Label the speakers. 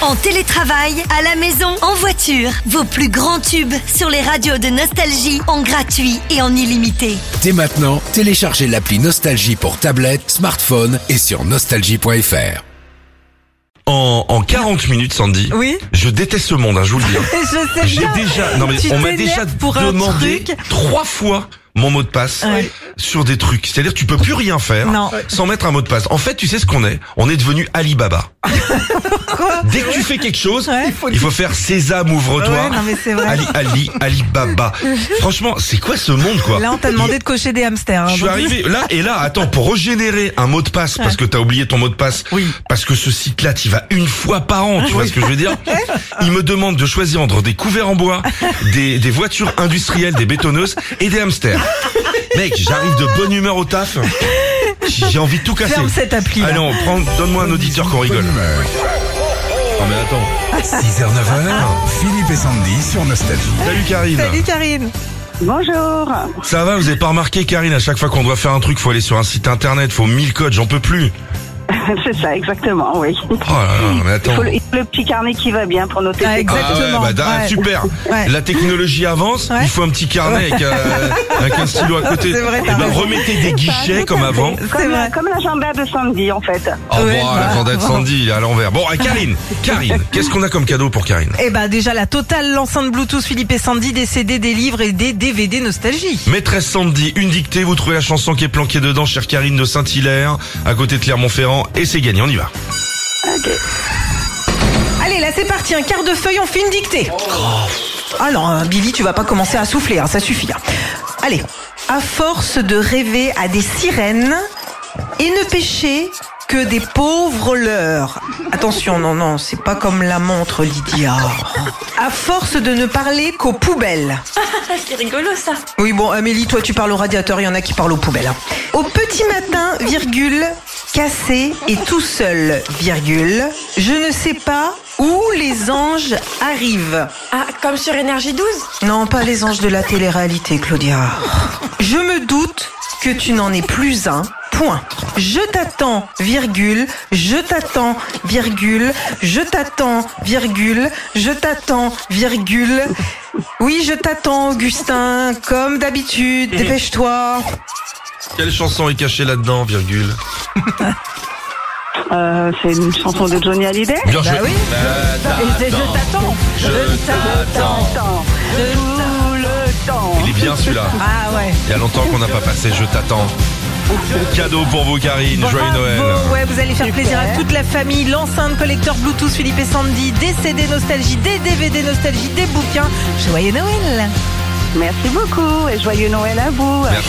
Speaker 1: en télétravail, à la maison, en voiture. Vos plus grands tubes sur les radios de Nostalgie en gratuit et en illimité.
Speaker 2: Dès maintenant, téléchargez l'appli Nostalgie pour tablette, smartphone et sur nostalgie.fr.
Speaker 3: En, en 40 minutes, Sandy,
Speaker 4: Oui.
Speaker 3: je déteste ce monde, hein, je vous le dis.
Speaker 4: Je sais
Speaker 3: J'ai
Speaker 4: bien.
Speaker 3: déjà, non mais
Speaker 4: Tu
Speaker 3: on m'a
Speaker 4: t'énerves
Speaker 3: déjà
Speaker 4: pour un
Speaker 3: demandé
Speaker 4: truc.
Speaker 3: trois fois mon mot de passe
Speaker 4: Ouais.
Speaker 3: sur des trucs. C'est-à-dire, tu peux plus rien faire
Speaker 4: Non.
Speaker 3: sans mettre un mot de passe. En fait, tu sais ce qu'on est On est devenu Alibaba. Dès que tu fais quelque chose,
Speaker 4: Ouais.
Speaker 3: il, faut, faire sésame, ouvre-toi.
Speaker 4: Ouais, non mais c'est vrai.
Speaker 3: Ali, Ali, Alibaba. Franchement, c'est quoi ce monde, quoi
Speaker 4: Là, on t'a demandé de cocher des hamsters. hein.
Speaker 3: Je suis
Speaker 4: Donc,
Speaker 3: arrivé là et là, attends, pour régénérer un mot de passe parce que t'as oublié ton mot de passe,
Speaker 4: Oui. Ah
Speaker 3: parce que ce site-là, t'y vas une fois par an, tu vois ce que je veux dire Il me demande de choisir entre des couverts en bois, des, des voitures industrielles, des bétonneuses et des hamsters. Mec, j'arrive de bonne humeur au taf, j'ai envie de tout casser.
Speaker 4: Ferme cette appli.
Speaker 3: Allez, on prend, donne-moi un auditeur qu'on rigole. Non mais attends,
Speaker 2: 6h, 9h, Philippe et Sandy sur Nostalgie.
Speaker 3: salut Karine.
Speaker 4: Salut Karine.
Speaker 5: Bonjour.
Speaker 3: Ça va, vous avez pas remarqué Karine, à chaque fois qu'on doit faire un truc, faut aller sur un site internet, faut mille codes, j'en peux plus.
Speaker 5: C'est ça, exactement, oui.
Speaker 3: Oh là là, mais attends.
Speaker 5: Il faut le, il faut le petit carnet qui va bien pour noter.
Speaker 4: Ah,
Speaker 5: ses-
Speaker 4: exact. Exactement,
Speaker 3: Ah ouais, bah,
Speaker 4: ouais.
Speaker 3: ah, Super.
Speaker 4: Ouais.
Speaker 3: La technologie avance.
Speaker 4: Ouais.
Speaker 3: Il faut un petit carnet avec, euh, avec un stylo à côté.
Speaker 4: C'est vrai,
Speaker 3: Eh
Speaker 4: t'as
Speaker 3: ben,
Speaker 4: raison.
Speaker 3: remettez des
Speaker 4: Ah,
Speaker 3: guichets comme avant.
Speaker 4: C'est
Speaker 5: Comme,
Speaker 4: vrai.
Speaker 5: la- comme la jambère de samedi, en fait.
Speaker 3: Oh,
Speaker 4: Ouais,
Speaker 3: bon,
Speaker 4: bah,
Speaker 3: la vendette
Speaker 4: bon.
Speaker 3: Sandy, il est à l'envers. Bon, ah, Karine, Karine, qu'est-ce qu'on a comme cadeau pour Karine
Speaker 4: Eh ben déjà la totale l'enceinte Bluetooth Philippe et Sandy, des CD, des livres et des DVD nostalgie.
Speaker 3: Maîtresse Sandy, une dictée, vous trouvez la chanson qui est planquée dedans, chère Karine de Saint-Hilaire, à côté de Clermont-Ferrand, et c'est gagné, on y va.
Speaker 4: Allez là c'est parti, un quart de feuille, on fait une dictée. Ah non, hein, Billy, tu vas pas commencer à souffler, hein, ça suffit. hein. Allez, à force de rêver à des sirènes et ne pêcher que des pauvres leurs. Attention, non, non, c'est pas comme la montre, Lydia. À force de ne parler qu'aux poubelles.
Speaker 6: Ah, C'est rigolo ça.
Speaker 4: Oui, bon, Amélie, toi, tu parles au radiateur, il y en a qui parlent aux poubelles. hein. Au petit matin, virgule, cassé et tout seul, virgule, je ne sais pas où les anges arrivent.
Speaker 6: Ah, comme sur Énergie 12
Speaker 4: Non, pas les anges de la télé-réalité, Claudia. Je me doute que tu n'en es plus un. Point. Je t'attends, virgule. Je t'attends, virgule. Je t'attends, virgule. Je t'attends, virgule. Oui, je t'attends, Augustin. Comme d'habitude, dépêche-toi.
Speaker 3: Quelle chanson est cachée là-dedans, virgule
Speaker 5: Euh, c'est une chanson de Johnny Hallyday.
Speaker 3: Bien joué.
Speaker 4: Bah
Speaker 3: Bah,
Speaker 4: oui. Et je t'attends.
Speaker 3: Je
Speaker 5: Tout le temps. Tout le temps.
Speaker 3: Il est bien celui-là.
Speaker 4: Ah ouais.
Speaker 3: Il y a longtemps qu'on n'a pas passé, je t'attends. Cadeau pour vous, Karine, joyeux
Speaker 4: Bravo,
Speaker 3: Noël.
Speaker 4: Ouais, vous allez faire plaisir à toute la famille. L'enceinte collecteur Bluetooth Philippe et Sandy, des CD Nostalgie, des DVD Nostalgie, des bouquins. Joyeux Noël
Speaker 5: Merci beaucoup et joyeux Noël à vous.
Speaker 3: Merci.